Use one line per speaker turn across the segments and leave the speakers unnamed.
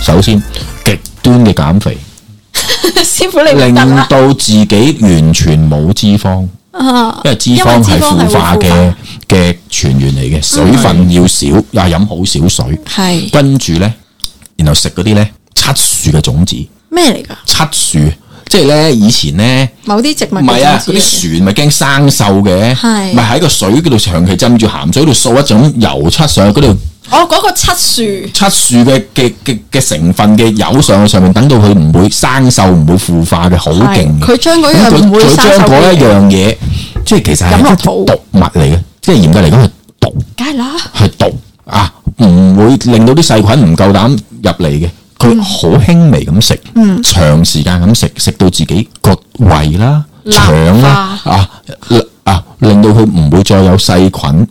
首先極端嘅減肥，
師傅你唔
令
得啊啦，
到自己完全冇脂肪，
啊
因為脂肪係
係
腐化嗯嘅嘅泉源嚟嘅，水分要少，又係飲好少水，
係
跟住呢，然後食嗰啲呢，漆樹嘅種子，
咩嚟噶？
漆樹，即係呢，以前呢。
某啲植物
唔係啊，嗰
嘅種子
啲船咪驚生鏽
係
嘅，咪喺個水嗰度長期浸住鹹水嗰度掃一種油漆上去嗰度
嚟嘅哦，嗰個漆
漆樹嘅嘅嘅嘅成分嘅油上去上面，等到佢唔會生鏽，唔會腐化嘅，好
樹
勁
係
嘅。
佢將嗰
咁
樣
佢
唔會
佢
生
將
鏽
嗰一
嘅，
樣嘢，即係其實係
飲落
一
肚
種毒物嚟嘅，即係嚴格嚟講係毒，
梗係啦，
係毒啊！唔會令到啲細菌唔夠膽入嚟嘅。
嗯
佢好輕微咁食，長時間咁食，食到自己個胃啦、
辣
腸啦啊啊，令到佢唔會再有細菌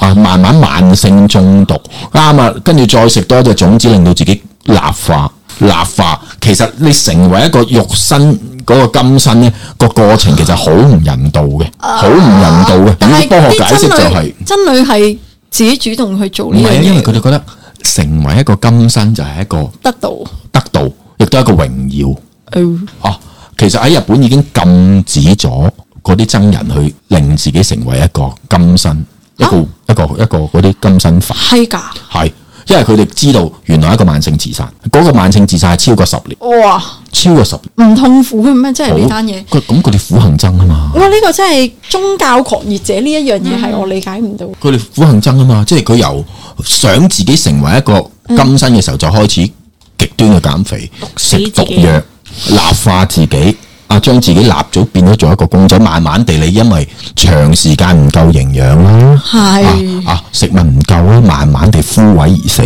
啊，慢慢慢性中毒啱啊，跟住再食多隻種子，令到自己蠟化蠟化。其實你成為一個肉身嗰個金身咧，個過程其實好唔人道嘅，好唔人道嘅。
啊但
咁
係
科學解
啲
釋
真
就係、
女真女係自己主動去做
唔
呢
係啊，
樣
因為佢
嘢，
哋覺得成為一個金身就係一個
得到
得到，亦都係一個榮耀。
誒
哦，其實喺日本已經禁止咗嗰啲僧人去令自己成為一個金身，一個、一個一個嗰啲金身法，
係㗎。
係因為佢哋知道原來一個慢性自殺，嗰、個慢性自殺係超過十年，
哇，
超過十年。
唔痛苦嘅咩？真係呢單嘢。
佢咁佢哋苦行僧啊嘛，
哇！呢、個真係宗教狂熱者呢一樣嘢係我理解唔到。
佢哋苦行僧啊嘛，即係佢由想自己成為一個金身嘅時候就開始極端嘅減肥，
死
食
自
毒
己
藥，蠟化自己。啊！將自己立咗變咗做一個公仔，慢慢地你因為長時間唔夠營養啦，
係、
啊啊食物唔夠啦，慢慢地枯萎而死。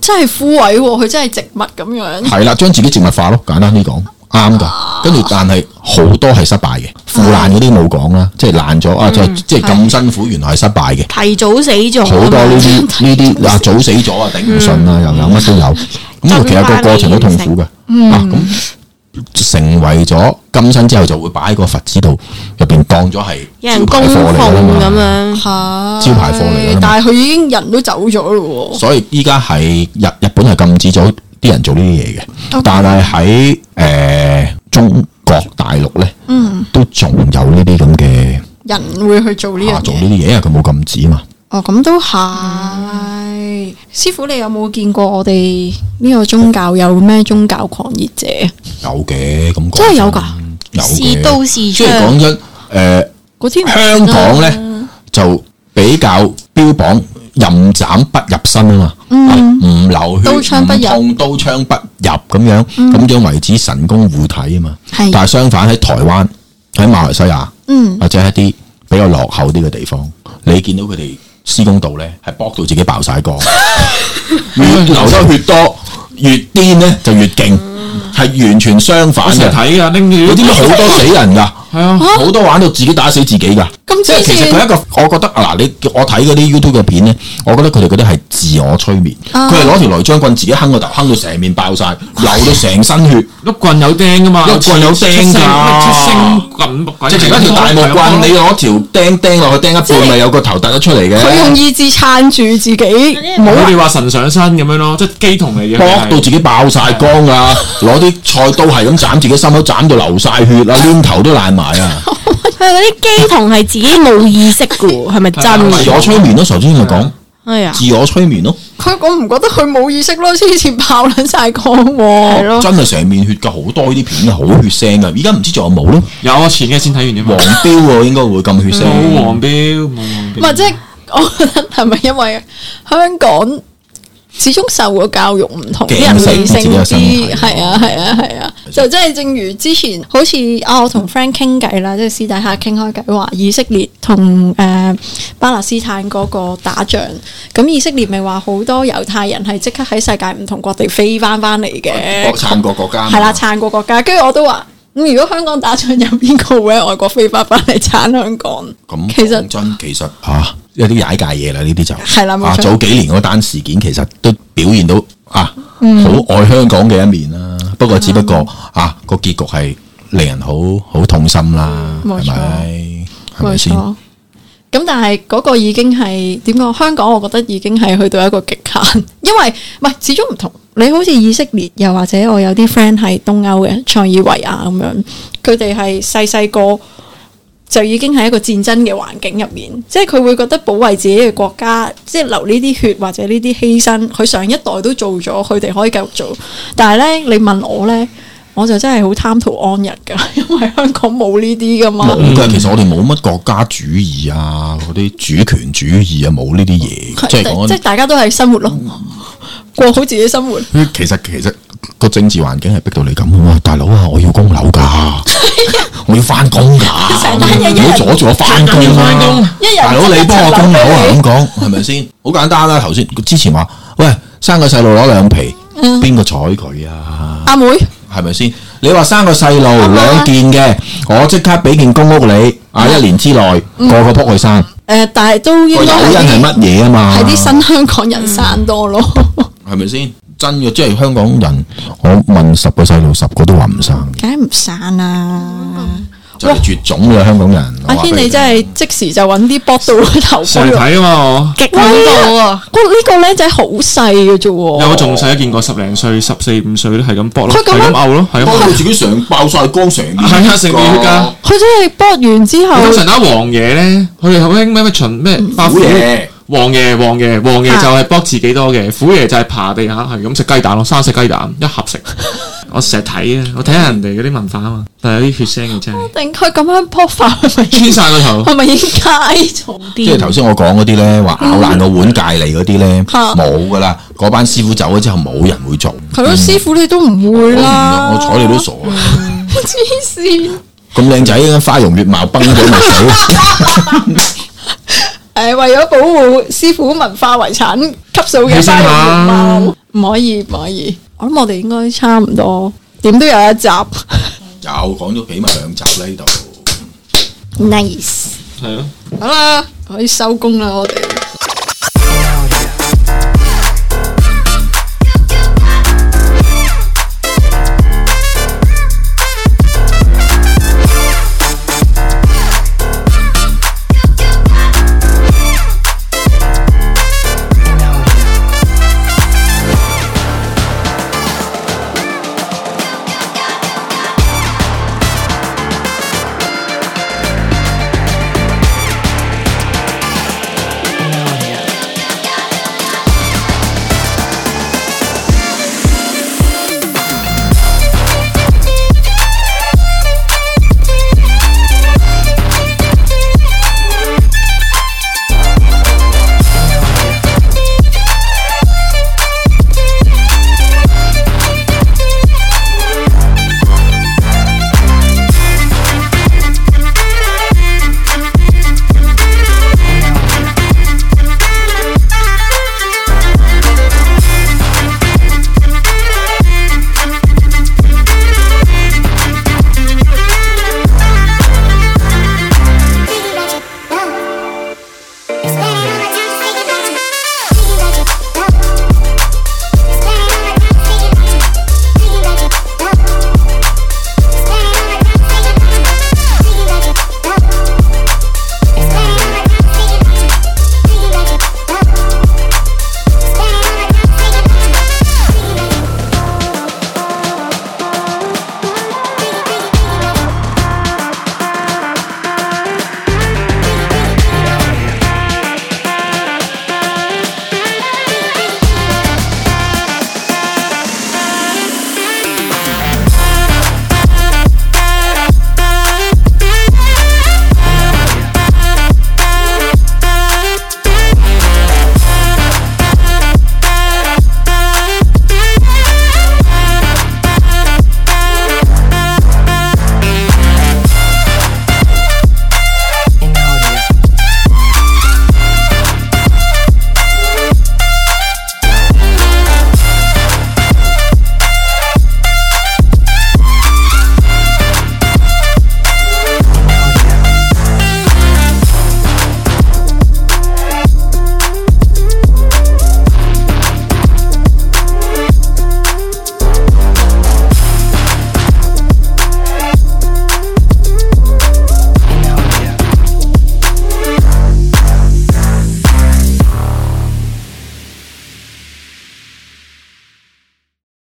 真係枯萎喎，佢真係植物咁樣。
係啦，將自己植物化咯，簡單啲講，啱噶。跟住但係好多係失敗嘅，腐爛嗰啲冇講啦，即係爛咗啊！就即係咁辛苦，原來係失敗嘅。
提早死咗，啊
好多呢啲呢啲啊，早死咗啊，頂唔順
嗯
啊，又有乜都有。咁啊，其實個過程好痛苦嘅。
嗯
啊，咁成為咗金身之後，就會擺喺個佛寺度入邊當咗係
有人
招
供
牌貨
奉
嚟㗎啦
咁
啊嘛。
係
樣，
招牌貨嚟㗎嘛
但係佢已經人都走咗咯
所以依家係日日本係禁止咗啲人做呢啲嘢嘅，但係喺誒中國大陸咧，
嗯
都仲有呢啲咁嘅
喎，人會去做呢
啊
樣
做
嘢
呢。啲嘢，因為佢冇禁止嘛。
哦，咁都係。師傅，你有冇見過我哋呢個宗教有咩宗教狂熱者？
有嘅咁講
真係有㗎，
有
是
嘅。
刀是
即係講
槍，
真，誒、
嗰啲唔啊
香港咧就比較標榜任斬不入身啊嘛，係唔、流血、
嗯刀槍不入嗯
唔痛刀槍不入咁樣，咁樣為之神功護體啊嘛。
係
但係相反喺台灣、喺馬來西亞，
嗯
或者一啲比較落後啲嘅地方，你見到佢哋施工道咧係搏到自己爆晒光，
嗯
越流得血多越癲咧就越勁，係完全相反
嗯我成
嘅
日。睇啊，拎住
嗰啲好多死人㗎，
係啊
好多玩到自己打死自己㗎。
咁
即係其實
黐線
佢一個，我覺得嗱，你我睇嗰啲 YouTube 嘅片咧，我覺得佢哋嗰啲係自我催眠，
啊
佢係攞條雷將棍自己哼個頭，哼到成面爆晒，流到成身 血，
碌棍有釘噶嘛，
碌棍有釘㗎
出聲出聲棍棍
直情一條大木
啊
棍，你攞條釘釘落去，釘一半咪有個頭突咗出嚟
佢用
嘅，
意志撐住自己，冇
佢哋話神上身咁樣咯，即係機同嚟嘅，
搏
係
到自己爆晒光啊！攞啲菜刀係咁斬自己心口，斬到流晒血 啊，攣頭都爛埋啊！
佢嗰啲機同係自己冇意識噶喎，係咪真啊
啊
自
㗎？
我催眠咯，頭先咪講
係啊，
自我催眠咯。
佢我唔覺得佢冇意識咯，黐線爆撚晒光
係
喎。
咯，
真係成面血㗎，好多呢啲片㗎，好血腥㗎。而家唔知仲有冇 咧？
有啊，前嘅先睇完啫嘛
黃，標喎，應該會咁血腥。
冇黃標，冇
唔
黃標，
係即係，我覺得係咪因為香港始終受嘅教育唔同，啲
頸
人
死
理性
自己嘅
啲，
身體
係啊係啊係啊，就即係正如之前好似啊，我同 friend 傾偈啦，即係私底下傾開偈話，以色列同誒、呃巴勒斯坦嗰個打仗，咁以色列咪話好多猶太人係即刻喺世界唔同各地飛翻翻嚟嘅，
國撐個國家。
係啦，。撐過國家。跟住我都話，咁如果香港打仗有邊個會喺外國飛翻翻嚟撐香港？
咁
其
其
實
實真其實嚇有啲踩界嘢啦，呢啲就
係啦冇錯
啊早幾年嗰單事件其實都表現到啊
嗯
好愛香港嘅一面啦。不過只不過啊個結局係令人好好痛心啦，
冇
係
錯
咪？係咪
冇
先？
錯。咁但係嗰個 已經係點講？香港我覺得已經係去到一個極限，因為唔係始終唔同你好似以色列，又或者我有啲 friend 係東歐嘅，塞爾維亞咁樣，佢哋係細細個就已經喺一個戰爭嘅環境入面，即係佢會覺得保衞自己嘅國家，即係流呢啲血或者呢啲犧牲，佢上一代都做咗，佢哋可以繼續做。但係呢，你問我呢，我就真係好貪圖安逸㗎， 因為香港冇呢啲㗎嘛。
冇噶，其實我哋冇乜國家主義啊，嗰啲主權主義啊，冇呢啲嘢，即係講
即係大家都係生活咯，過好自己生活。
其實其實個政治環境係逼到你咁嘅喎，大佬啊，我要供樓 㗎，我要翻工㗎，
成班嘢一
唔
人
好阻住我翻工
要返工
啊！
一人
大佬
執一
你幫我
層
供樓啊，
樓俾你
咁講係咪先？好簡單啦，頭先之前話，喂，生個細路攞兩皮，
嗯
邊個睬佢啊？
阿妹，
係咪先？你話生個細路兩件嘅，
啊
我即刻俾件公屋你啊！
嗯
一年之內個個撲去生，
诶，但係都應
個
該
誘因係
係
乜嘢啊嘛？
係啲新香港人生多咯。
係咪先？真嘅，即係香港人，我問十個細路，十個都話唔生，
梗係唔散啊啦！
就係絕種嘅香港人。
阿軒，你真係即時就揾啲搏到個頭
成日
杯
睇啊嘛我。
極恐怖啊！
哇！呢個僆仔好細嘅啫喎，
有我仲細都見過十零歲、十四五歲都係咁搏咯，
佢咁
係
樣
咁嘔咯，係咁
幫
嘔
到。自己上爆晒光成面，
係啊成面血㗎
佢真係搏完之後，
通常打黃爺咧，佢哋好興咩咩秦咩白虎
虎爺
黃爺黃爺黃爺
啊
就係搏自己多嘅，虎爺就係爬地下係咁食雞蛋咯，生食雞蛋一盒食。我成日睇啊，我睇下人哋嗰啲文化啊嘛，但係有啲血腥嘅 真係，
定佢咁樣搏法係咪已
穿
經？
晒個頭。
係咪已經街咗？
即係頭先我講嗰啲咧，話咬爛個碗戒嚟嗰啲咧，
嚇
冇噶啦。嗰班師傅走咗之後，冇人會做。
係咯，師傅你都唔會啦，
我睬你都傻啊！
黐線。
咁靚仔，啊花容月貌崩咗咪死。
诶，为咗保護師傅文化遺產級數嘅
犧牲
花
下
樣面貌，唔可以，唔可以。我諗我哋應該差唔多，點都有一集。
有講咗起碼兩集啦呢度。
nice，
係咯，
好啦，可以收工啦，我哋。